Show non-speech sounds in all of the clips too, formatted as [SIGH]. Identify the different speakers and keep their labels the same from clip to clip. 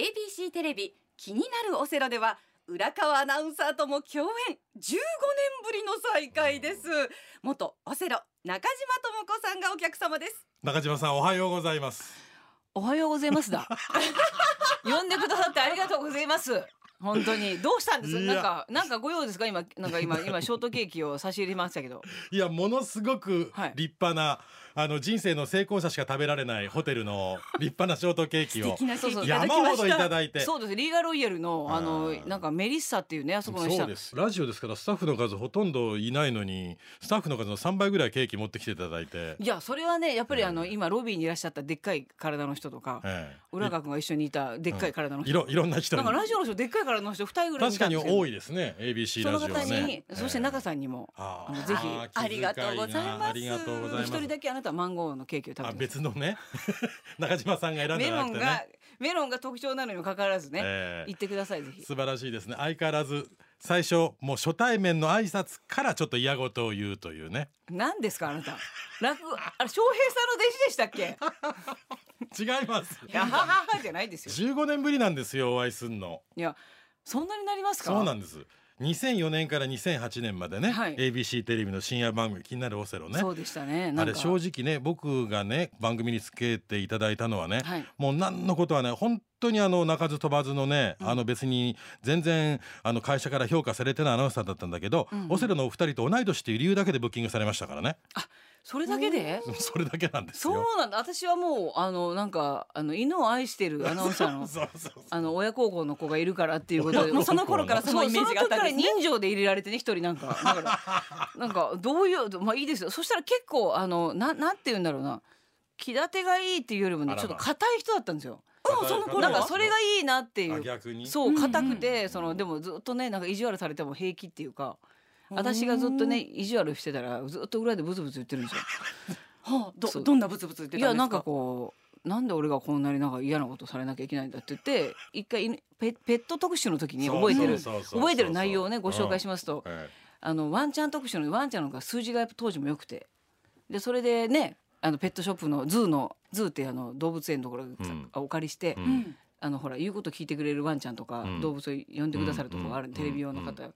Speaker 1: ABC テレビ気になるオセロでは浦川アナウンサーとも共演15年ぶりの再会です元オセロ中島智子さんがお客様です
Speaker 2: 中島さんおはようございます
Speaker 3: おはようございますだ。呼んでくださってありがとうございます。本当にどうしたんです
Speaker 2: いや
Speaker 3: なんかなんかご用ですか今なんか今今ショートケーキを差し入れました
Speaker 2: [LAUGHS]
Speaker 3: けど
Speaker 2: いやものすごく
Speaker 3: はい
Speaker 2: 立派な、あの人生の成功者しか食べられないホテルの立派なショートケーキ
Speaker 1: 素
Speaker 2: を
Speaker 1: 敵なケーキ
Speaker 3: そうそう
Speaker 1: いただき
Speaker 2: 山
Speaker 1: ま
Speaker 2: ほどい
Speaker 1: した
Speaker 2: ただいて
Speaker 3: そうですリーガロイヤルのあの
Speaker 2: あー
Speaker 3: なんかメリッサっていうねあそこの下
Speaker 2: すラジオですからスタッフの数ほとんどいないのにスタッフの数の3倍ぐらいケーキ持ってきていただいて、
Speaker 3: いやそれはねやっぱりあの、
Speaker 2: うん
Speaker 3: 今ロビーにいらっしゃったでっかい体の人とか、
Speaker 2: ええ
Speaker 3: 浦川君が一緒にいたでっかい体の
Speaker 2: い
Speaker 3: 人、
Speaker 2: ろいろんな人
Speaker 3: な
Speaker 2: に
Speaker 3: んかラジオの人でっかい体の人2人ぐらい
Speaker 2: 確かに多
Speaker 3: い
Speaker 2: いですね ABC
Speaker 3: そ
Speaker 2: ラ
Speaker 3: の
Speaker 2: ジオ
Speaker 3: 方
Speaker 2: は
Speaker 3: に、
Speaker 2: ね
Speaker 3: そして中さんにも
Speaker 2: あ
Speaker 3: あ
Speaker 2: ー
Speaker 3: のぜひ
Speaker 2: あー
Speaker 1: ありがとうございます
Speaker 2: 気遣なありがとうござい
Speaker 3: 一
Speaker 2: ま
Speaker 3: 人
Speaker 2: す
Speaker 3: だけあなたはマンゴーのケーキを食べて
Speaker 2: あ
Speaker 3: ます
Speaker 2: 別のね [LAUGHS] 中島さんが選んだんじ
Speaker 3: メ
Speaker 2: ゃな
Speaker 3: ロ
Speaker 2: く
Speaker 3: ン
Speaker 2: てね
Speaker 3: が、メロンが特徴なのにもかかわらずね、
Speaker 2: ええ
Speaker 3: 言ってくださいぜひ。
Speaker 2: 素晴らしいですね相変わらず最初もう初対面の挨拶からちょっと嫌事を言うというね [LAUGHS]
Speaker 3: 何ですかあなた。落語あれ翔平さんの弟子でしたっ
Speaker 2: [LAUGHS]
Speaker 3: け？
Speaker 2: 違います
Speaker 3: いやはははじゃないですよ。
Speaker 2: 15年ぶりなんですよお会いすんの
Speaker 3: いやそんなになりますか？
Speaker 2: そうなんです2004年から2008年までね、
Speaker 3: はい
Speaker 2: ABC テレビの深夜番組「気になるオセロね」
Speaker 3: そうでしたね。な
Speaker 2: あ
Speaker 3: んか
Speaker 2: れ正直ね僕がね番組につけていただいたのはね、
Speaker 3: はい
Speaker 2: もう何のことはね本当にあの鳴かず飛ばずのね、
Speaker 3: うん
Speaker 2: あの別に全然あの会社から評価されてないアナウンサーだったんだけど、
Speaker 3: うんうん
Speaker 2: オセロのお二人と同い年っていう理由だけでブッキングされましたからね
Speaker 3: それだけで？
Speaker 2: [LAUGHS] それだけなんです
Speaker 3: そ
Speaker 2: よ。
Speaker 3: うなんだ。私はもうあのなんかあの犬を愛してるアナウンサーの。
Speaker 2: そうそうそう
Speaker 3: あの親孝行の子がいるからっていうこと
Speaker 2: 親孝
Speaker 3: で
Speaker 2: 行
Speaker 1: もうその頃からそのイメージがあったんですね
Speaker 3: そうその時から人情で入れられてね一人なんかだからなんかどういうまあいいですよそしたら結構あのななんて言うんだろうな気立てがいいっていうよりもね
Speaker 2: あら
Speaker 3: ちょ
Speaker 2: ま
Speaker 3: っと硬い人だったんですよ
Speaker 1: うんその頃
Speaker 3: な
Speaker 1: は
Speaker 3: んかそれがいいなってい
Speaker 2: あ
Speaker 3: う
Speaker 2: 逆に
Speaker 3: そう
Speaker 1: うんうん
Speaker 3: 硬くてそのでもずっとねなんか意地悪されても平気っていうか私がずっとね意地悪してたらずっと裏でブツブツ言ってる
Speaker 2: [LAUGHS]
Speaker 3: んですよ
Speaker 1: はあど
Speaker 3: そう
Speaker 1: どんなブツブツ言って
Speaker 3: い
Speaker 1: た
Speaker 3: や
Speaker 1: んで
Speaker 3: な
Speaker 1: す
Speaker 3: んか
Speaker 1: か
Speaker 3: こうなんで俺がこんなになんか嫌なことされなきゃいけないんだって言って一回犬ペペット特集の時に覚えてる
Speaker 2: そうそうそうそう
Speaker 3: 覚えてる内容をねご紹介し
Speaker 2: ま
Speaker 3: ますと、
Speaker 2: す、え
Speaker 3: あのワンちゃん特集のワンちゃんの方が数字がやっぱ当時も良くてでそれでねあのペットショップのズーのズーってあの動物園のところ
Speaker 2: ん
Speaker 3: お借りして、
Speaker 2: えう
Speaker 1: うんん
Speaker 3: あのほら言うこと聞いてくれるワンちゃんとか、
Speaker 2: うん
Speaker 3: 動物を呼んでくださるところがある、
Speaker 2: うん
Speaker 3: テレビ用の方、
Speaker 1: はい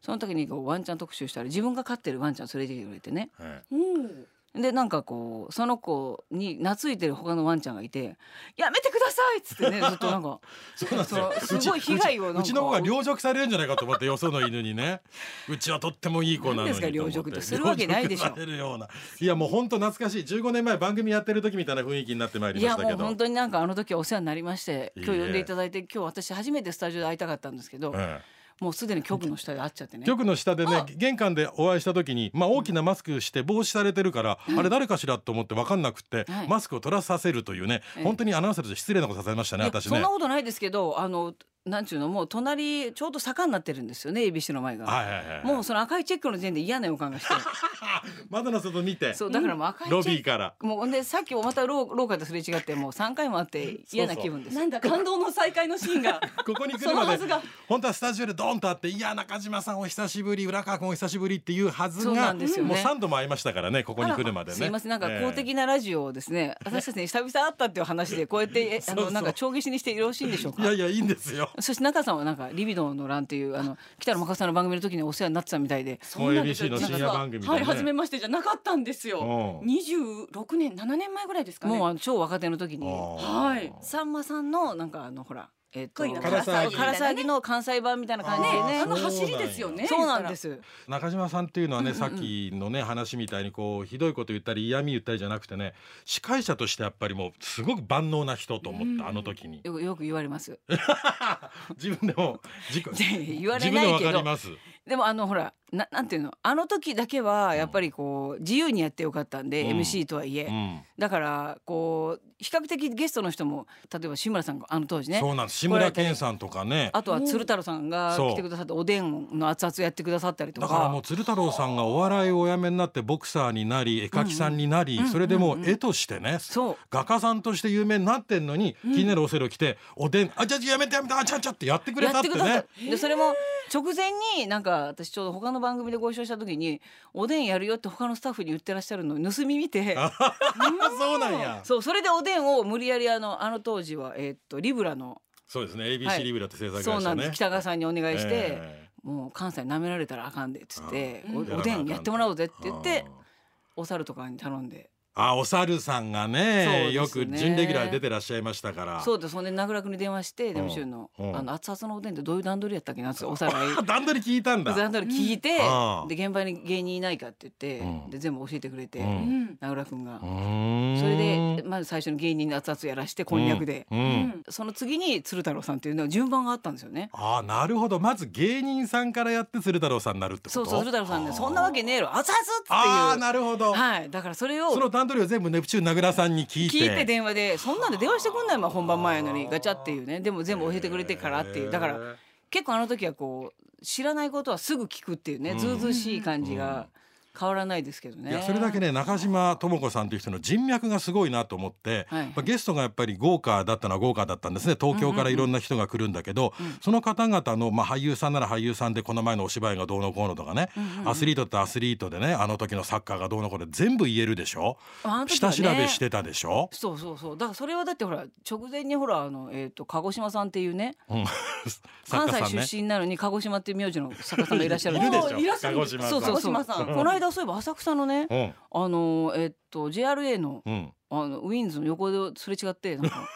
Speaker 3: その時にこうワンちゃん特集したら自分が飼ってるワンちゃん連れてきてくれてね
Speaker 2: ええ
Speaker 1: うん
Speaker 3: でなんかこうその子に懐いてる他のワンちゃんがいて「やめてください!」っ
Speaker 2: [LAUGHS]
Speaker 3: つってねずっとなんか
Speaker 2: そうなんですよ
Speaker 3: そのすごい被害を
Speaker 2: う
Speaker 3: なん
Speaker 2: ちう
Speaker 3: か
Speaker 2: ちの子が凌辱されるんじゃないかと思ってよその犬にねうちはとってもいい子なのに
Speaker 3: 何で
Speaker 2: と
Speaker 3: すか
Speaker 2: 思
Speaker 3: 凌辱ってするわけないでしょ
Speaker 2: 凌辱されるようないやもう本当懐かしい15年前番組やってる時みたいな雰囲気になってまいり
Speaker 3: い
Speaker 2: ま
Speaker 3: や
Speaker 2: した
Speaker 3: も
Speaker 2: け
Speaker 3: う
Speaker 2: ど
Speaker 3: 本当になんかあの時はお世話になりまして
Speaker 2: いいえ
Speaker 3: 今日呼んでいただいて今日私初めてスタジオで会いたかったんですけど、
Speaker 2: え
Speaker 3: もうすでに局の下で会っちゃって
Speaker 2: え
Speaker 3: ね。
Speaker 2: 局の下でね玄関でお会いした時に、まあ、大きなマスクして帽子されてるから、あれ誰かしらと思って分かんなくって、
Speaker 3: はい
Speaker 2: マスクを取らさせるというね、
Speaker 3: ええ
Speaker 2: 本当にアナウンサーとして失礼なことさせましたね
Speaker 3: いや
Speaker 2: 私
Speaker 3: そん
Speaker 2: ね
Speaker 3: な。ことないですけどあのなんちゅうのもう隣ちょうど坂になってるんですよね ABC の前が。
Speaker 2: はいはいはいはい、
Speaker 3: もうその赤いチェックの時点で嫌な予感がして
Speaker 2: [LAUGHS] 窓の外見て
Speaker 3: そうだからもう赤いチェ
Speaker 2: ロ
Speaker 3: ック、
Speaker 2: ビーから
Speaker 3: もうほんでさっきもまた廊廊下ですれ違ってもう3回もあって嫌な気分です
Speaker 1: なんだ感動の再会のシーン
Speaker 2: [LAUGHS]
Speaker 1: が
Speaker 2: ここに来
Speaker 1: そ
Speaker 2: る
Speaker 1: の
Speaker 2: ま
Speaker 1: は
Speaker 2: で
Speaker 1: ずが
Speaker 2: 本当はスタジオでドンと会って「いや中島さんお久しぶり浦川君お久しぶり」っていうはず
Speaker 3: そうな
Speaker 2: が
Speaker 3: んですよ
Speaker 2: も
Speaker 3: ね
Speaker 2: う3度も会いましたからねここに来るまでね。
Speaker 3: すいませんなんか公的なラジオをですね、私たちに久々会ったっていう話でこうやってえ
Speaker 2: [LAUGHS]
Speaker 3: あ
Speaker 2: そうそ
Speaker 3: の
Speaker 2: う
Speaker 3: なんか帳消しにしてよろしいんでしょう
Speaker 2: ええ
Speaker 3: か
Speaker 2: いやいやいいんですよ。
Speaker 3: そして中さんはなんか「リビドーの欄」っていうあの北野誠さんの番組の時にお世話になってたみたいで
Speaker 1: そうなんですよ
Speaker 2: ABC の深夜番組でね
Speaker 1: はい初めましてじゃなかったんですよ
Speaker 2: うん
Speaker 1: 二十六年七年前ぐらいですかね
Speaker 3: もうあの超若手の時に
Speaker 1: はい
Speaker 3: さんまさんのなんかあのほらえっ、と
Speaker 1: 得意な
Speaker 2: 唐騒ぎ
Speaker 3: 唐騒ぎの関西版みたいな感じで
Speaker 2: あー
Speaker 3: ね
Speaker 1: あの走りですよね
Speaker 3: そうなんですす
Speaker 2: 中島さんっていうのはね、さっきのね話みたいにこうひどいこと言ったり嫌味言ったりじゃなくてね司会者としてやっぱりもうすごく万能な人と思った、
Speaker 1: うん
Speaker 2: あの時に
Speaker 3: よくよく言われます
Speaker 2: 自分でも自己
Speaker 3: 言われ
Speaker 2: 自分で
Speaker 3: な
Speaker 2: も
Speaker 3: [LAUGHS] い
Speaker 2: 分
Speaker 3: け
Speaker 2: かり
Speaker 3: ど
Speaker 2: ます。
Speaker 3: でもあのほらななんていうのあの時だけはやっぱりこう自由にやってよかったんで、
Speaker 2: うん
Speaker 3: MC とはいえ、
Speaker 2: うん
Speaker 3: だからこう比較的ゲストの人も例えば志村さんがあの当時ね
Speaker 2: そうなんです志村けんさんとかね
Speaker 3: あとは鶴太郎さんが
Speaker 2: そう
Speaker 3: 来てくださっておでんの熱々やってくださったりと
Speaker 2: だ
Speaker 3: か
Speaker 2: からもう鶴太郎さんがお笑いをおやめになってボクサーになり絵描きさんになり、
Speaker 3: うんうん
Speaker 2: それでも
Speaker 3: うん
Speaker 2: う
Speaker 3: うん
Speaker 2: 絵としてね、
Speaker 3: そう
Speaker 2: 画家さんとして有名になってんのに、気になるオセロ来ておでんあちゃちゃやめてやめてあちゃちゃってやってくれたって
Speaker 3: や
Speaker 2: ね
Speaker 3: ってくださっでそれも直前になんか私ちょうど他の番組でご一緒した時におでんやるよって他のスタッフに言ってらっしゃるのを盗み見
Speaker 2: [LAUGHS]
Speaker 3: て
Speaker 2: あそうなんや
Speaker 3: そうそれでおでんを無理やりあのあの当時は、えーっとリブラの
Speaker 2: そうですね
Speaker 3: は
Speaker 2: ABC
Speaker 3: い
Speaker 2: リブラって制作会社
Speaker 3: そ
Speaker 2: ね
Speaker 3: うなんです北川さんにお願いして、
Speaker 2: え
Speaker 3: もう関西舐められたらあかんでっつって、
Speaker 1: うん
Speaker 3: おおでんやってもらおうぜって言っ
Speaker 2: う
Speaker 3: て
Speaker 2: ん
Speaker 3: お猿とかに頼んで
Speaker 2: あお猿さんがねよ
Speaker 3: そうです
Speaker 2: く
Speaker 3: ね
Speaker 2: 準レギュラーで出てらっしゃいましたから
Speaker 3: そううですそんで名倉君に電話して「でも
Speaker 2: うん
Speaker 3: 週の,、
Speaker 2: うん
Speaker 3: あの熱々のおでんってどういう段取りやったっけな?」ってお猿が
Speaker 2: [LAUGHS]
Speaker 3: 言う
Speaker 2: 段取り聞いたんだ
Speaker 3: 段取り聞いて、
Speaker 2: うん
Speaker 3: で現場に芸人いないかって言って、
Speaker 2: うん
Speaker 3: で全部教えてくれて、
Speaker 2: う
Speaker 1: うんん
Speaker 3: 名倉君が。そ
Speaker 2: そ
Speaker 3: れでまず最初に芸人の熱々やらしてこんにゃくで、
Speaker 2: うん
Speaker 1: う
Speaker 2: うん
Speaker 1: ん
Speaker 3: その次に鶴太郎さんっていうのは順番があったんですよね。
Speaker 2: ああなるほどまず芸人さんからやって鶴太郎さんになるってこと
Speaker 3: そうそう鶴太郎さんね
Speaker 2: あー
Speaker 3: そんなわけねえろ熱々
Speaker 2: ああ
Speaker 3: っていう
Speaker 2: なるほど、
Speaker 3: はいだからそれを
Speaker 2: その段取りを全部ネプチューン名倉さんに聞いて
Speaker 3: 聞いて電話でそんなんで電話してくんないまあ本番前やのに
Speaker 2: あー
Speaker 3: ガチャっていうねでも全部教えてくれてからっていうだから結構あの時はこう知らないことはすぐ聞くっていうね
Speaker 2: うん
Speaker 3: ずうずうしい感じが変わらないですけどね。
Speaker 2: いやそれだけね中島智子さんという人の人脈がすごいなと思って、
Speaker 3: はい
Speaker 2: まあゲストがやっぱり豪華だったのは豪華だったんですね東京からいろんな人が来るんだけど、その方々の、まあ、俳優さんなら俳優さんでこの前のお芝居がどうのこうのとかね、アスリートってアスリートでねあの時のサッカーがどうのこうの全部言えるでしょ、
Speaker 3: あの時は
Speaker 2: 下
Speaker 3: ね
Speaker 2: 調べしてたでしょ、
Speaker 3: そうそうそうだからそれはだってほら直前にほらあの、えー、と鹿児島さんっていうね
Speaker 2: うん、作
Speaker 3: [LAUGHS] 関
Speaker 2: 家さん
Speaker 3: 西
Speaker 2: ね
Speaker 3: 出身なのに鹿児島っていう名字の作家さんがいらっしゃるん
Speaker 2: いるで
Speaker 1: お
Speaker 2: しょ
Speaker 1: ーいらっしゃる
Speaker 2: 鹿児島さん
Speaker 3: そうそうそう
Speaker 1: 鹿児島さん
Speaker 3: この間そういえば浅草のね
Speaker 2: うん
Speaker 3: あのえっと JRA の
Speaker 2: うん、
Speaker 3: あのウィンズの横ですれ違ってなんか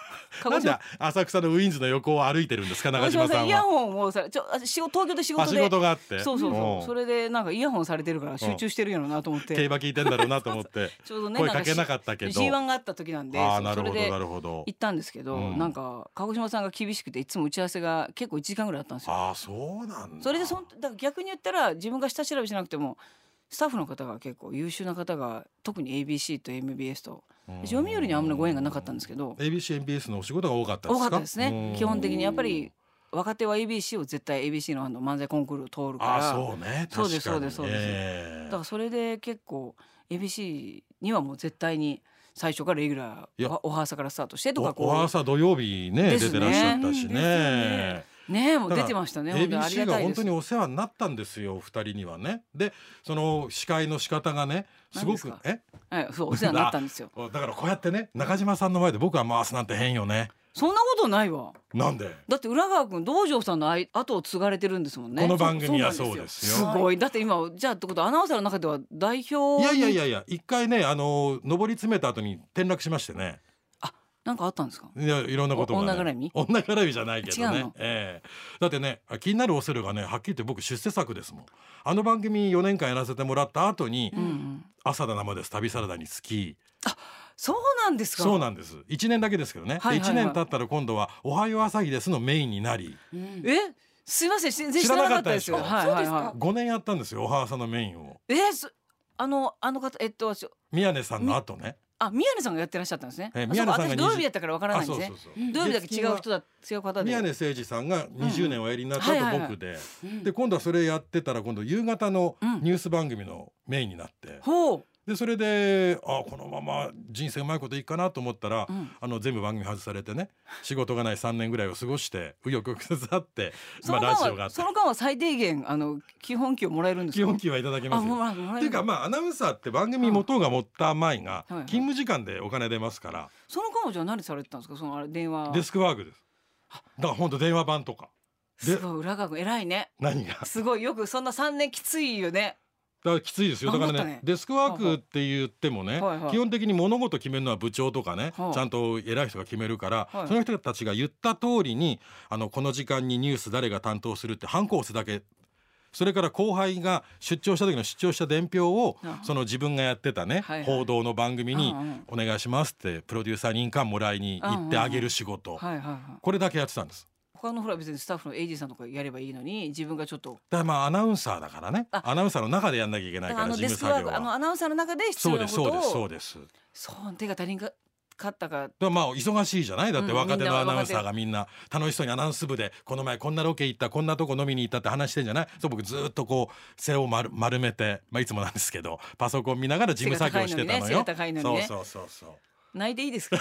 Speaker 2: [LAUGHS]
Speaker 3: 鹿
Speaker 2: なん
Speaker 3: 児
Speaker 2: で
Speaker 3: 島
Speaker 2: 浅草のウィンズの横を歩いてるんですか
Speaker 3: 鹿
Speaker 2: 中
Speaker 3: 児島
Speaker 2: 島
Speaker 3: さ
Speaker 2: さ
Speaker 3: ん
Speaker 2: ん
Speaker 3: イヤ
Speaker 2: は。
Speaker 3: ホンをさちょあ仕事東京で仕
Speaker 2: あ
Speaker 3: 事
Speaker 2: 仕
Speaker 3: で
Speaker 2: 事があって
Speaker 3: そうそうそう、
Speaker 2: ん
Speaker 3: それでなんかイヤホンされてるから集中してるやろうなと思って、
Speaker 2: 競馬聞いてんだろうなと思
Speaker 3: [LAUGHS]
Speaker 2: って
Speaker 3: ちょうどね
Speaker 2: 声かけな
Speaker 3: っ
Speaker 2: かったけど
Speaker 3: G1 があった時なんで
Speaker 2: ああ
Speaker 3: そう
Speaker 2: なるほ
Speaker 3: それ
Speaker 2: ど
Speaker 3: で
Speaker 2: なるほど
Speaker 3: 行ったんですけど、
Speaker 2: うん
Speaker 3: なんか鹿児島さんが厳しくていつも打ち合わせが結構1時間ぐらいあったんですよ。
Speaker 2: ああそうなんだ
Speaker 3: それでそんだから逆に言ったら自分が下調べしなくてもスタッフの方が結構優秀な方が特に ABC と MBS と読売にはあんまりご縁がなかったんですけど
Speaker 2: ABCNBS のお仕事が多かったです
Speaker 3: 多
Speaker 2: か
Speaker 3: かったで
Speaker 2: う
Speaker 3: すね
Speaker 2: ん
Speaker 3: 基本的にやっぱり若手は ABC を絶対 ABC のあの漫才コンクールを通るか
Speaker 2: ああ
Speaker 3: ら
Speaker 2: そうね確かに
Speaker 3: そうですそうですそうです
Speaker 2: ええ
Speaker 3: だからそれで結構 ABC にはもう絶対に最初からレギュラ
Speaker 2: い
Speaker 3: ー
Speaker 2: や
Speaker 3: おおはさからスタートしてとか
Speaker 2: おお
Speaker 3: こ
Speaker 2: 朝土曜日ね
Speaker 3: です
Speaker 2: 出
Speaker 3: ね
Speaker 2: てらっしゃったし
Speaker 1: うん
Speaker 2: ね
Speaker 3: うねえもう
Speaker 2: だか
Speaker 3: 出
Speaker 2: ら
Speaker 3: てましたね本当にあり
Speaker 2: ABC
Speaker 3: が
Speaker 2: が
Speaker 3: たい
Speaker 2: 本
Speaker 3: で
Speaker 2: 当
Speaker 3: す
Speaker 2: に。お世話になったんですよお二人にはねでその司会の仕方がねすごく
Speaker 3: 何です
Speaker 2: え
Speaker 3: はい、そうお世話になったんですよ。
Speaker 2: だからこうやってね中島さんの前で僕は回すなんて変よね
Speaker 3: そんなことないわ。
Speaker 2: なんで
Speaker 3: だって浦川君道場さんのあい後を継がれてるんですもんね。
Speaker 2: この番組は
Speaker 1: そう
Speaker 2: そ
Speaker 1: そうな
Speaker 2: う
Speaker 1: ん
Speaker 2: で
Speaker 1: です
Speaker 2: よ
Speaker 3: すごいだって今じゃあってことはアナウンサーの中では代表
Speaker 2: いやいやい
Speaker 3: や
Speaker 2: やいや一回ねあの上り詰めた後に転落しましてね
Speaker 3: なんかあったんですか。
Speaker 2: いやいろんなことが、ね、
Speaker 3: お女絡み
Speaker 2: 女絡みじゃないけど
Speaker 3: 違う
Speaker 2: ね
Speaker 3: の、
Speaker 2: ええだってねあ気になるオセロがねはっきり言って僕出世作ですもんあの番組4年間やらせてもらった後に
Speaker 3: うん、うん、
Speaker 2: 「朝だ生です旅サラダ」に好き
Speaker 3: そうなんですか。
Speaker 2: そうなんです1年だけですけどね、で
Speaker 3: はいはいはい
Speaker 2: 1年経ったら今度は「おはよう朝日です」のメインになり
Speaker 1: うん
Speaker 3: えすいません全然知
Speaker 2: 知
Speaker 3: ら
Speaker 2: ら
Speaker 3: な
Speaker 2: なか
Speaker 3: かっ
Speaker 2: ったた
Speaker 3: で
Speaker 2: ですし
Speaker 3: よ。
Speaker 2: ょ
Speaker 3: はいはいは
Speaker 2: 5年やったんですよおはようさんのメインを
Speaker 3: い。えそあのあの方えっとし
Speaker 2: 宮根さんの後ね
Speaker 3: あ宮根さんがやってらっしゃったんですね。
Speaker 2: え
Speaker 3: あ
Speaker 2: 宮根さんが
Speaker 3: そ
Speaker 2: 20
Speaker 3: うか私土曜日やったからわからないんですね。
Speaker 2: そう
Speaker 1: うん
Speaker 3: 土曜日だけ違う人だ違う方で。
Speaker 2: 宮根誠司さんが20年おやりになった
Speaker 3: うんは
Speaker 2: 後
Speaker 3: いはいはい
Speaker 2: 僕で、
Speaker 1: うん
Speaker 2: で今度はそれやってたら今度夕方の
Speaker 3: うん
Speaker 2: ニュース番組のメインになって、
Speaker 3: ほう。
Speaker 2: でそれであこのまま人生うまいこといくかなと思ったら、
Speaker 3: うん
Speaker 2: あの全部番組外されてね仕事がない3年ぐらいを過ごして紆余曲折あって、
Speaker 3: そ
Speaker 2: ま
Speaker 3: の
Speaker 2: あ、
Speaker 3: 間
Speaker 2: ラジオがあ
Speaker 3: は
Speaker 2: っ
Speaker 3: そ
Speaker 2: て
Speaker 3: の間は最低限あの基本給をもらえるんですか。
Speaker 2: 基本給はいただき
Speaker 3: あ
Speaker 2: ます
Speaker 3: も
Speaker 2: よ。
Speaker 3: らえるも
Speaker 2: っ
Speaker 3: らえ
Speaker 2: ていう
Speaker 3: る
Speaker 2: か。まあアナウンサーって番組持とうが持ったまいが
Speaker 3: うんはいはい
Speaker 2: 勤務時間でお金出ますから
Speaker 3: その彼女は何されてたんですかそのあれ電話。
Speaker 2: デスクワークです。だから本当電話番とか
Speaker 3: すごい裏川君偉いね。
Speaker 2: 何
Speaker 3: [LAUGHS]
Speaker 2: が
Speaker 3: すごいよくそんな三年きついよね。
Speaker 2: だからきついですよだ
Speaker 3: 頑
Speaker 2: か
Speaker 3: 張っ
Speaker 2: ら
Speaker 3: た
Speaker 2: ね
Speaker 3: ね
Speaker 2: デスクワークって言ってもね、
Speaker 3: はいはい
Speaker 2: 基本的に物事決めるのは部長とかね、
Speaker 3: はい
Speaker 2: ちゃんと偉い人が決めるから、
Speaker 3: はい
Speaker 2: その人たちが言った通りにあのこの時間にニュース誰が担当するってハンコを押すだけそれから後輩が出張した時の出張した伝票を
Speaker 3: はい
Speaker 2: その自分がやってたね、
Speaker 3: はいはい
Speaker 2: 報道の番組に
Speaker 3: うんうん
Speaker 2: 「お願いします」ってプロデューサーに印鑑もらいに行ってあげる仕事、
Speaker 3: はいはいはい。
Speaker 2: これだけやってたんです。
Speaker 3: 他のほら別にスタッフの AD さんとかやればいいのに自分がちょっと。
Speaker 2: だからまあアナウンサーだからね
Speaker 3: あ
Speaker 2: アナウンサーの中でやんなきゃいけないか
Speaker 3: あ
Speaker 2: ら
Speaker 3: の
Speaker 2: 事
Speaker 3: デ
Speaker 2: 務
Speaker 3: スク
Speaker 2: 作業
Speaker 3: ワークあの
Speaker 2: は。
Speaker 3: アナウンサーの中で必
Speaker 2: そ
Speaker 3: 要
Speaker 2: う
Speaker 3: な
Speaker 2: です
Speaker 3: こと
Speaker 2: そうですそ
Speaker 3: を
Speaker 2: うです。
Speaker 3: そう手が足りんかったか
Speaker 2: でもまあ忙しいじゃないだって
Speaker 3: うん
Speaker 2: 若手
Speaker 3: みんな
Speaker 2: のアナウンサーがみんな楽しそうにアナウンス部でこの前こんなロケ行ったこんなとこ飲みに行ったって話してんじゃないそう僕ずっとこう背を丸丸めて、まあ、いつもなんですけどパソコン見ながら事務作業してたのよ
Speaker 3: 背が高いのにね背
Speaker 2: そうそうそう
Speaker 3: 泣いていいで
Speaker 2: [LAUGHS]
Speaker 3: すか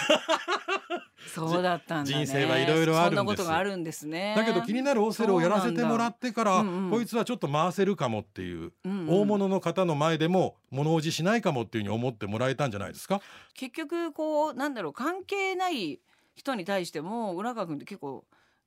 Speaker 3: そうだったんだね
Speaker 2: 人生はいろいろあるんです
Speaker 3: そんなことがあるんですね
Speaker 2: そうだけど気になるオセロをやらせてもらってから、
Speaker 3: そうなんだうんうん
Speaker 2: こいつはちょっと回せるかもっていう、
Speaker 3: うんうん
Speaker 2: 大物の方の前でも物おじしないかもっていうふうに思ってもらえたんじゃないですか
Speaker 3: 結局こうなんだろう関係ない人に対しても浦川君って結構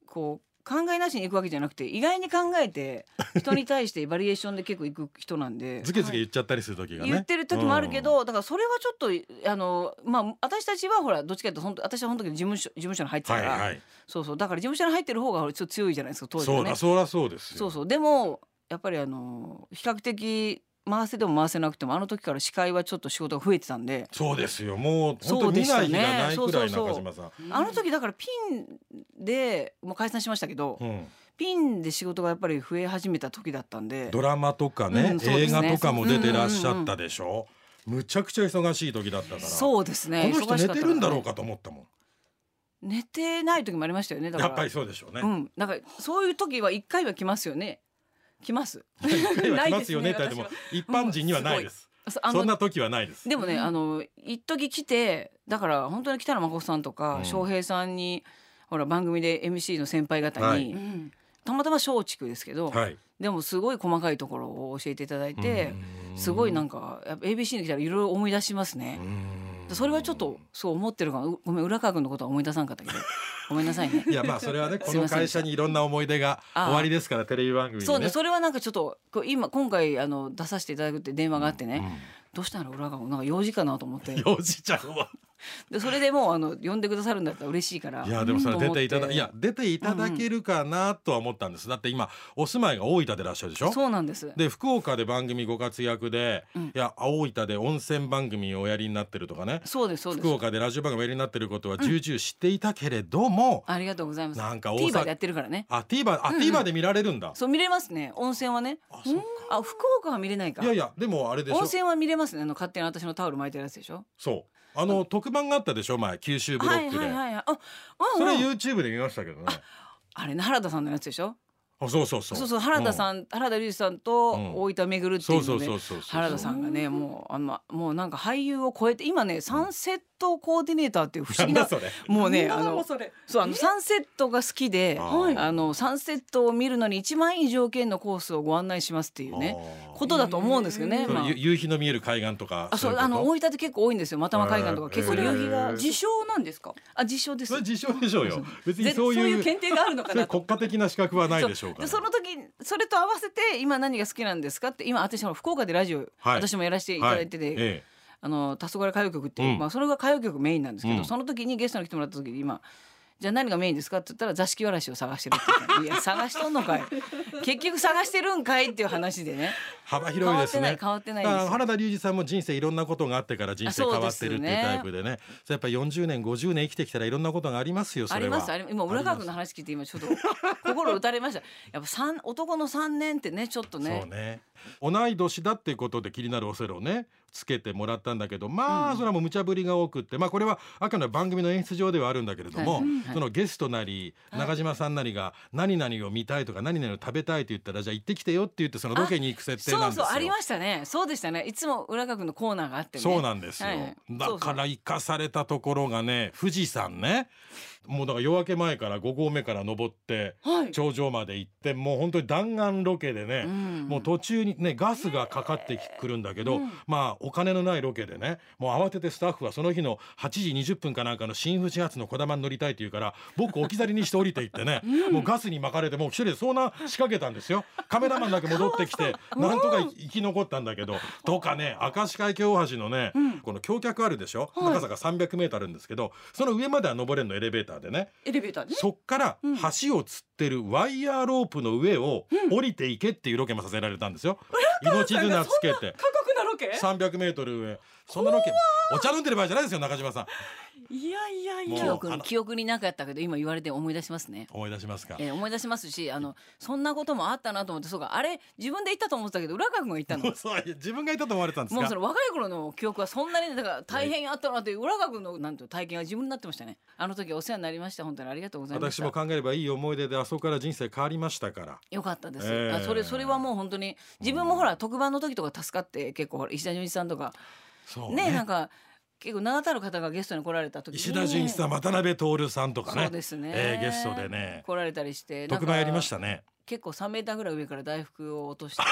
Speaker 3: こう考えなしに行くわけじゃなくて意外に考えて人に対してバリエーションで結構行く人なんで
Speaker 2: ズケズケ言っちゃったりする時がね。
Speaker 3: 言ってる時もあるけど、だからそれはちょっとあのまあ私たちはほらどっちかというと本当私は本当に事務所事務所に入って
Speaker 2: うん。
Speaker 3: た
Speaker 2: は
Speaker 3: か
Speaker 2: い
Speaker 3: ら、
Speaker 2: はい。
Speaker 3: そうそうだから事務所に入ってる方がちょっと強いじゃないですか当時
Speaker 2: そ
Speaker 3: は
Speaker 2: う
Speaker 3: ね
Speaker 2: だ、。そらそうですよ。
Speaker 3: そうそうでもやっぱりあの比較的回せても回せなくてもあの時から司会はちょっと仕事が増えてたんで
Speaker 2: そうですよ。もう本
Speaker 3: そ
Speaker 2: 当
Speaker 3: う
Speaker 2: 見
Speaker 3: でし
Speaker 2: な
Speaker 3: た
Speaker 2: い日
Speaker 3: ね
Speaker 2: がないくらい中
Speaker 3: そうそうそう
Speaker 2: 島さん。
Speaker 3: あの時だからピンでもう解散しましたけど、
Speaker 2: うん、
Speaker 3: ピンで仕事がやっぱり増え始めた時だったんで
Speaker 2: ドラマとかね、
Speaker 3: うんそう
Speaker 2: 映
Speaker 3: ですね
Speaker 2: 画とかも出てらっしゃったでしょ、むちゃくちゃ忙しい時だったから
Speaker 3: そうですね
Speaker 2: この人
Speaker 3: 忙し
Speaker 2: 寝
Speaker 3: かってた
Speaker 2: るんだろう
Speaker 3: か
Speaker 2: かと思ったも
Speaker 3: らね寝てない時もありましたよね
Speaker 2: ん
Speaker 3: だか
Speaker 2: や
Speaker 3: ら
Speaker 2: っぱりそうでしょうね、 [LAUGHS]
Speaker 3: うんなんかそういう時は一回は来ますよね来ます
Speaker 2: 一回は来ますよねっ
Speaker 1: な
Speaker 2: て
Speaker 1: い
Speaker 2: 言っ
Speaker 1: ですね私
Speaker 2: ても一般人にはないです、
Speaker 3: そあの
Speaker 2: そんな時はないです
Speaker 3: でもね、
Speaker 1: うん
Speaker 3: あの一時来てだから本当に北野誠さんとか、
Speaker 2: うん
Speaker 3: 翔平さんにほら番組で MC の先輩方に、
Speaker 2: はい
Speaker 1: うん
Speaker 3: たまたま松竹ですけど、
Speaker 2: はい
Speaker 3: でもすごい細かいところを教えていただいて、
Speaker 2: うん
Speaker 3: すごいなんかやっぱ ABC に来たらいろいろ思い出しますね
Speaker 2: う、ん
Speaker 3: それはちょっとそう思ってるからうごめん浦川君のことは思い出さん
Speaker 2: [LAUGHS]
Speaker 3: かったけどごめんなさいね
Speaker 2: いやまあそれはねこ
Speaker 3: すい
Speaker 2: の
Speaker 3: ません
Speaker 2: 会社にいろんな思い出が
Speaker 3: ああ
Speaker 2: 終わりですからテレビ番組にね
Speaker 3: そうねそれはなんかちょっとこう今今回あの出させていただくって電話があってね、
Speaker 2: う
Speaker 3: どうしたの浦川君なんか用事かなと思って
Speaker 2: ん幼児ちゃんは
Speaker 3: でそれでもうあの呼んでくださるんだったら嬉しいから
Speaker 2: いやでもそれ
Speaker 3: うん
Speaker 2: 出ていた
Speaker 3: と思っ
Speaker 2: だいや出ていただけるかなとは思ったんですだって今お住まいが大分でらっしゃるでしょ
Speaker 3: そうなんです。
Speaker 2: で福岡で番組ご活躍で、
Speaker 3: うん
Speaker 2: いや大分で温泉番組をおやりになってるとかね
Speaker 3: そうですそうで
Speaker 2: 福
Speaker 3: す。
Speaker 2: 岡でラジオ番組をおやりになってることは重々知っていたけれども、
Speaker 3: ありがとうございます。
Speaker 2: なんか大
Speaker 3: TVer でや
Speaker 2: 阪
Speaker 3: ってるからね。
Speaker 2: あ TVer あ、
Speaker 3: うんうん
Speaker 2: TVer で見られるんだ
Speaker 3: そう見れますね。温泉はね。
Speaker 2: あそう
Speaker 3: あ福岡は見れないか。
Speaker 2: いやいやでもあれでし
Speaker 3: 温
Speaker 2: ょ
Speaker 3: 泉は見れますね。あの勝手に私のタオル巻いてるやつでしょ。
Speaker 2: そうあの特番があったでしょ前九州ブロ
Speaker 3: はい
Speaker 2: ックで、
Speaker 3: はいはいはい。あ、
Speaker 2: それ
Speaker 3: うんうん。
Speaker 2: YouTube で見ましたけどね
Speaker 3: あれね原田さんのやつでしょ。
Speaker 2: あそうそうそう
Speaker 3: そうそう原田
Speaker 2: ん、
Speaker 3: さん原田龍二さんと
Speaker 2: うん
Speaker 3: 大分めぐるって
Speaker 2: そ
Speaker 3: いうう
Speaker 2: そ
Speaker 3: の
Speaker 2: うそ
Speaker 3: で
Speaker 2: うそうそう
Speaker 3: 原田さんがねもうあんまもうなんか俳優を超えて今ねサンセットコーディネーターっていう不思議
Speaker 2: なん [LAUGHS]
Speaker 3: な
Speaker 2: だそれ
Speaker 3: もうね
Speaker 1: な
Speaker 3: あ
Speaker 1: んだろ
Speaker 3: の
Speaker 1: うそれ
Speaker 3: そうあのサンセットが好きで
Speaker 2: あ
Speaker 3: あ
Speaker 2: ー
Speaker 3: のサンセットを見るのに一番いい条件のコースをご案内しますっていうね
Speaker 2: あー
Speaker 3: ことだと思うんですけどね。
Speaker 2: それ
Speaker 3: まあ
Speaker 2: ゆ夕日の見える海岸とか
Speaker 3: あそ
Speaker 2: い
Speaker 3: う
Speaker 2: こと
Speaker 3: あの大分って結構多いんですよまたま海岸と
Speaker 2: へー
Speaker 3: か結構夕日
Speaker 2: へ
Speaker 3: が
Speaker 2: ー
Speaker 3: じ
Speaker 1: 自称なんですか
Speaker 3: あ実証です
Speaker 2: それ自称でしょうよ別に
Speaker 1: ぜ
Speaker 2: そ
Speaker 1: そうう
Speaker 2: い
Speaker 1: いうう検定があるのか
Speaker 2: それ
Speaker 1: な
Speaker 2: 国
Speaker 1: と
Speaker 2: 家的な資格はないでしょうから
Speaker 3: でその時それと合わせて今何が好きなんですかって今私ほら福岡でラジオ、
Speaker 2: はい
Speaker 3: 私もやらせていただいてて、
Speaker 2: はいえ
Speaker 3: あの黄昏歌謡曲っていう、
Speaker 2: うん
Speaker 3: まあ、それが歌謡曲メインなんですけど、
Speaker 2: うん
Speaker 3: その時にゲストに来てもらった時に今「じゃあ何がメインですか?」って言ったら「座敷わらしを探してる」って
Speaker 2: [LAUGHS]
Speaker 3: 言って「いや探しとんのかい結局探してるんかい」っていう話で
Speaker 2: え
Speaker 3: ね
Speaker 2: 幅
Speaker 3: 変
Speaker 2: 広い
Speaker 3: わ
Speaker 2: で
Speaker 3: って
Speaker 2: す
Speaker 3: ない
Speaker 2: ね
Speaker 3: 変わってない
Speaker 2: だ
Speaker 3: ん
Speaker 2: から
Speaker 3: ですよ
Speaker 2: 原田龍二さんも人生いろんなことがあってから人生
Speaker 3: あそう
Speaker 2: 変わ
Speaker 3: で
Speaker 2: っ
Speaker 3: す
Speaker 2: てる
Speaker 3: よね
Speaker 2: っていうタイプでねそれやっぱ40年50年生きてきたらいろんなことがありますよそ
Speaker 3: あ
Speaker 2: れ
Speaker 3: り
Speaker 2: は
Speaker 3: ますあり今浦川君の話聞いて今ちょっと心打たれましたやっぱ三男の3年ってねちょっとね
Speaker 2: そうね同い年だっていうことで気になるオセロをねつけてもらったんだけどまあ
Speaker 3: うん
Speaker 2: それはもう無茶ぶりが多くってまあこれはあくまで番組の演出上ではあるんだけれども、
Speaker 3: はいうんはい
Speaker 2: そのゲストなり
Speaker 3: はい
Speaker 2: 中島さんなりが何々を見たいとか何々を食べたいと言ったらじゃあ行ってきてよって言ってそのロケに行く設定
Speaker 3: そ
Speaker 2: なん
Speaker 3: う
Speaker 2: です
Speaker 3: そ
Speaker 2: よ
Speaker 3: う。ありましたねそうでしたねいつも浦川君のコーナーがあってね
Speaker 2: そうなんですよ、
Speaker 3: はいはい
Speaker 2: だから生かされたところがね富士山ねもうだから夜明け前から5合目から登って
Speaker 1: はい
Speaker 2: 頂上まで行ってもう本当に弾丸ロケでね、
Speaker 3: ん
Speaker 2: もう途中にねガスがかかってくるんだけど、
Speaker 1: うん
Speaker 2: まあお金のないロケでねもう慌ててスタッフはその日の8時20分かなんかの新富士発のこだまに乗りたいって言うから僕置き去りにして降りていっ
Speaker 1: [LAUGHS]
Speaker 2: てね、もうガスに巻かれてもう一人で遭難仕掛けたんですよカメラマンだけ戻って
Speaker 1: [LAUGHS]
Speaker 2: きてなんとか生き残ったんだけどとかね明石海峡大橋のね、この橋脚あるでしょ、
Speaker 1: はい
Speaker 2: 高さが 300m あるんですけどその上までは登れるのエレベーターでね。
Speaker 1: エレベーターね
Speaker 2: そっから橋を吊ってるワイヤーロープの上を降りていけっていうロケもさせられたんですよ。命綱つけて
Speaker 1: 過酷なロケ
Speaker 2: 300メートル上。そんなロケお茶飲んでる場合じゃないですよ中島さん。
Speaker 1: いやいやい
Speaker 3: 記
Speaker 2: もう
Speaker 1: や
Speaker 3: 憶
Speaker 2: あ
Speaker 3: に
Speaker 2: の
Speaker 3: 記憶になかったけど今言われて思い出しますね。
Speaker 2: 思い出しますか。
Speaker 3: えー思い出しますしあのそんなこともあったなと思ってそうかあれ自分で言ったと思ってたけど浦川君が言ったの
Speaker 2: もうそう自分がいたと思われたんです
Speaker 3: もうそ
Speaker 2: か。
Speaker 3: の若い頃の記憶はそんなにねだから大変あったなという浦川君のなんていうの体験が自分になってましたねあの時お世話になりました本当にありがとうございまし
Speaker 2: 私
Speaker 3: た
Speaker 2: も考えればいい思い出であそこから人生変わりましたから。
Speaker 3: よかったです、
Speaker 2: ええ
Speaker 3: あそれそれはもう本当に自分もほら特番の時とか助かって結構ほら石田純一さんとか
Speaker 2: そう
Speaker 3: ねなん
Speaker 2: ね。
Speaker 3: か結構名だたる方がゲストに来られた時に
Speaker 2: 石田純一さん渡辺徹さんとかね。
Speaker 3: そうですね、
Speaker 2: えーゲストでね
Speaker 3: 来られたりして
Speaker 2: 特番やりましたたね。
Speaker 3: 結構3メーターぐらい上から大福を落として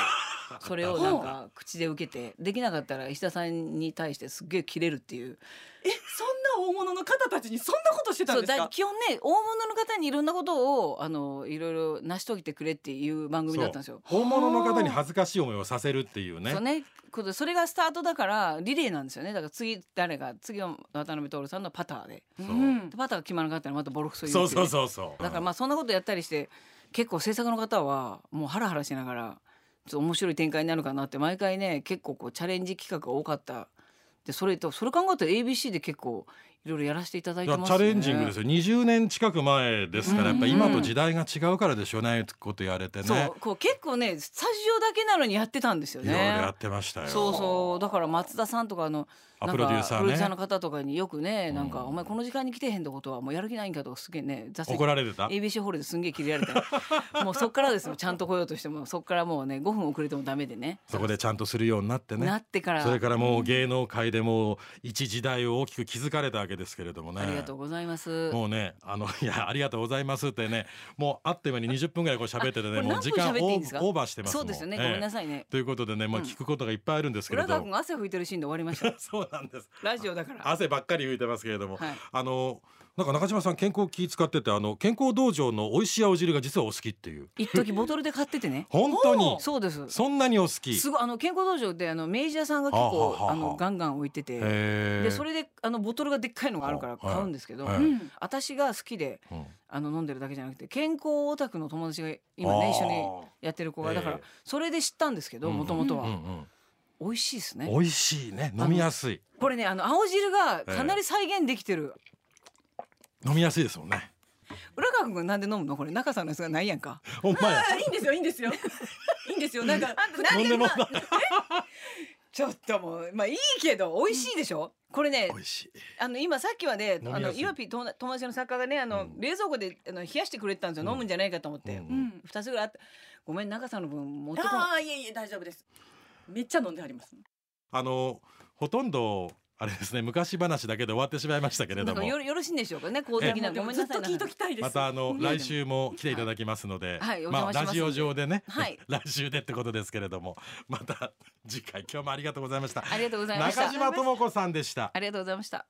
Speaker 3: それをなんか口で受けてできなかったら石田さんに対してすっげえ切れるっていう
Speaker 1: えそんな大物の方たちにそんなことしてたん
Speaker 3: そう
Speaker 1: です
Speaker 3: だ
Speaker 1: か
Speaker 3: 基本ね大物の方にいろんなことをあのいろいろ成し遂げてくれっていう番組だったんですよ。
Speaker 2: 本物の方に恥ずかしい思いをさせるっていうね
Speaker 3: そうねことそれがスタートだからリレーなんですよねだから次誰が次は渡辺徹さんのパターで
Speaker 1: う
Speaker 2: そうん
Speaker 3: でパターが決まらなかったらまたボロクソ言
Speaker 2: そう
Speaker 3: って
Speaker 2: そうそうそう
Speaker 3: だからまあそんなことやったりして結構制作の方はもうハラハラしながらちょっと面白い展開になるかなって毎回ね結構こうチャレンジ企画が多かったでそれとそれ考えたら ABC で結構いろいろやらせていただい
Speaker 2: い
Speaker 3: て
Speaker 2: や
Speaker 3: ます
Speaker 2: チャレンジングですよ20年近く前ですからやっぱ
Speaker 1: うん
Speaker 2: 今と時代が違うからでしょうねことやれてね
Speaker 3: そうこう結構ねスタジオだけなのにやってたんですよ
Speaker 2: いろいろや
Speaker 3: ね
Speaker 2: っ。てましたよ
Speaker 3: そうそうだから松田さんとかあの
Speaker 2: あ
Speaker 3: なんか
Speaker 2: プロデューサーね
Speaker 3: プロデューサーの方とかによくねなんか、
Speaker 2: うん
Speaker 3: お前この時間に来てへんってことはもうやる気ないんかとかすげえね座席
Speaker 2: 怒られてた
Speaker 3: ABC ホールですんげえ切れられ
Speaker 2: [LAUGHS]
Speaker 3: たもうそっからですよちゃんと来ようとしてもそっからもうね5分遅れてもダメでね
Speaker 2: そこでちゃんとするようになって
Speaker 3: な
Speaker 2: ね
Speaker 3: ってから
Speaker 2: それからもう芸能界でもう一時代を大きく築かれたわけですけれどもね
Speaker 3: ありがとうございます
Speaker 2: もうねあの [LAUGHS] いやありがとうございますってねもうあっという間に20分ぐらいこう喋っててね
Speaker 3: あこれ
Speaker 2: もう
Speaker 3: 何分
Speaker 2: 時間オ
Speaker 3: 喋っていいんです
Speaker 2: ー
Speaker 3: か
Speaker 2: オーバーしてますも
Speaker 3: そうですよね、
Speaker 2: ええ
Speaker 3: ごめんなさいね
Speaker 2: ということでね、まあ、
Speaker 3: うん
Speaker 2: 聞くことがいっぱいあるんですけれ
Speaker 3: 浦
Speaker 2: ど、
Speaker 3: 川君汗拭いてるシーンで終わりました
Speaker 2: [LAUGHS] そうなんです
Speaker 3: ラジオだから
Speaker 2: 汗ばっかり浮いてますけれども、
Speaker 3: はい
Speaker 2: あのなんか中島さん健康気使っててあの健康道場の美味しい青汁が実はお好きっていう
Speaker 3: 一時ボトルで買っててね
Speaker 2: 本当に
Speaker 3: そうです
Speaker 2: そんなにお好き
Speaker 3: すごいあの健康道場であの明治屋さんが結
Speaker 2: はあは
Speaker 3: 構
Speaker 2: あはあ
Speaker 3: あのガンガン置いてて
Speaker 2: へ
Speaker 3: でそ
Speaker 2: れ
Speaker 3: れであのボトルがでっかいのがあるから買うんですけど、
Speaker 2: はいは
Speaker 1: う
Speaker 2: い
Speaker 1: ん
Speaker 3: 私が好きで
Speaker 2: うん
Speaker 3: あの飲んでるだけじゃなくて健康オタクの友達が今ね一緒にやってる子
Speaker 2: え
Speaker 3: が
Speaker 2: え
Speaker 3: だからそれで知ったんですけど
Speaker 2: うん
Speaker 3: もともと
Speaker 2: あー
Speaker 3: は
Speaker 2: うん
Speaker 3: 美味しいです
Speaker 2: うん
Speaker 3: ね
Speaker 2: 美味しいね飲みやすい
Speaker 3: これねあの青汁がかなり再現できてる
Speaker 2: 飲みやすいですもん
Speaker 3: [LAUGHS]
Speaker 2: ね
Speaker 3: 浦川君がなんで飲むのこれ中さんのやつがないやんか
Speaker 2: ほんまや
Speaker 1: あいいんですよいいんですよ [LAUGHS] いいんですよなんか
Speaker 2: 飲んでもらった
Speaker 3: ちょっともうまあいいけど美味しいでしょこれね
Speaker 2: 美味しい
Speaker 3: あの今さっきはね
Speaker 2: 飲みや
Speaker 3: あ
Speaker 2: すい
Speaker 3: の岩ピ友達の作家がねあ
Speaker 2: う
Speaker 3: の
Speaker 2: ん
Speaker 3: 冷蔵庫であの冷やしてくれてたんです
Speaker 2: うん
Speaker 3: よ飲むんじゃないかと思って
Speaker 2: うん
Speaker 1: うん
Speaker 3: 2つぐらいあってごめん中さんの分持ってこない
Speaker 1: ああいえいえ大丈夫ですめっちゃ飲んであります
Speaker 2: あのほとんどあれですね昔話だけで終わってしまいましたけれ
Speaker 3: な
Speaker 2: ど
Speaker 3: んかよ
Speaker 2: も
Speaker 3: ろよろしいんでしょうかね公的な
Speaker 1: で
Speaker 3: ご
Speaker 1: も
Speaker 3: めん
Speaker 1: ず
Speaker 3: な
Speaker 1: っ
Speaker 3: さ
Speaker 1: と
Speaker 3: い
Speaker 1: 聞いときたいです
Speaker 2: またあの
Speaker 3: いやでも
Speaker 2: 来週も来ていただきますので、
Speaker 3: はいお
Speaker 2: ま
Speaker 3: 邪
Speaker 2: あ
Speaker 3: 魔し
Speaker 2: ラ
Speaker 3: ますんで
Speaker 2: ジオ上でね、 [LAUGHS]
Speaker 3: はい
Speaker 2: ラジオでってことですけれども、また次回今日もありがとうございました。
Speaker 3: ありがとうございました
Speaker 2: 中島智子さんでした。
Speaker 3: ありがとうございました